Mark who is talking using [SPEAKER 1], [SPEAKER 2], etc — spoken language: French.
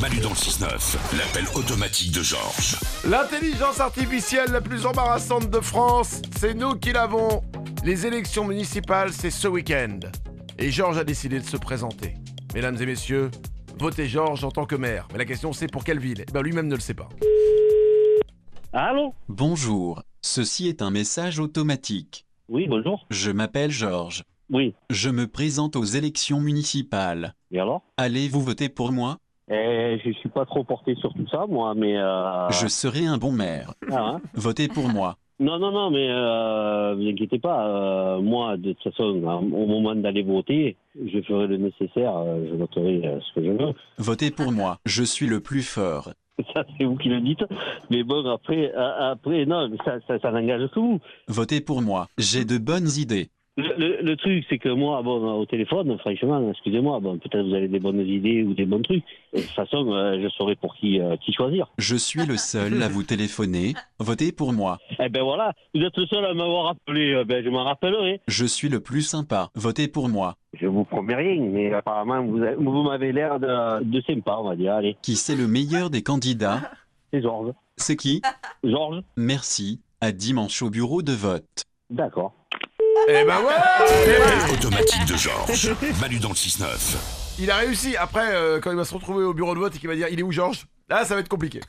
[SPEAKER 1] Manu dans le 6-9, l'appel automatique de Georges.
[SPEAKER 2] L'intelligence artificielle la plus embarrassante de France, c'est nous qui l'avons. Les élections municipales, c'est ce week-end. Et Georges a décidé de se présenter. Mesdames et messieurs, votez Georges en tant que maire. Mais la question, c'est pour quelle ville Eh ben, Lui-même ne le sait pas.
[SPEAKER 3] Allô
[SPEAKER 4] Bonjour, ceci est un message automatique.
[SPEAKER 3] Oui, bonjour.
[SPEAKER 4] Je m'appelle Georges.
[SPEAKER 3] Oui,
[SPEAKER 4] Je me présente aux élections municipales.
[SPEAKER 3] et alors
[SPEAKER 4] Allez-vous voter pour moi
[SPEAKER 3] eh, Je suis pas trop porté sur tout ça, moi, mais... Euh...
[SPEAKER 4] Je serai un bon maire.
[SPEAKER 3] ah, hein.
[SPEAKER 4] Votez pour moi.
[SPEAKER 3] Non, non, non, mais euh, vous inquiétez pas. euh, moi, de toute façon, hein, au moment d'aller voter, je ferai le nécessaire. euh, je voterai euh, ce que je veux.
[SPEAKER 4] Votez pour moi. Je suis le plus fort.
[SPEAKER 3] Ça, c'est vous qui le dites. Mais bon, après, euh, après non, mais ça, ça, ça n'engage que vous.
[SPEAKER 4] Votez pour moi. J'ai de bonnes idées.
[SPEAKER 3] Le, le- le truc, c'est que moi, bon, au téléphone, franchement, excusez-moi, bon, peut-être vous avez des bonnes idées ou des bons trucs. Et de toute façon, euh, je saurai pour qui, euh, qui choisir.
[SPEAKER 4] Je suis le seul à vous téléphoner. Votez pour moi.
[SPEAKER 3] Eh ben voilà, vous êtes le seul à m'avoir appelé. euh, Ben, je m'en rappellerai.
[SPEAKER 4] Je suis le plus sympa. Votez pour moi.
[SPEAKER 3] Je vous promets rien, mais apparemment, vous, avez- vous m'avez l'air de, de sympa, on va dire. Allez,
[SPEAKER 4] Qui c'est le meilleur des candidats
[SPEAKER 3] c'est Georges.
[SPEAKER 4] C'est qui
[SPEAKER 3] Georges
[SPEAKER 4] Merci. À dimanche au bureau de vote.
[SPEAKER 3] D'accord.
[SPEAKER 2] Eh ben ouais
[SPEAKER 1] L'appel automatique de Georges. Manu dans le 6-9.
[SPEAKER 2] Il a réussi. Après, euh, quand il va se retrouver au bureau de vote et qu'il va dire Il est où, Georges Là, ça va être compliqué.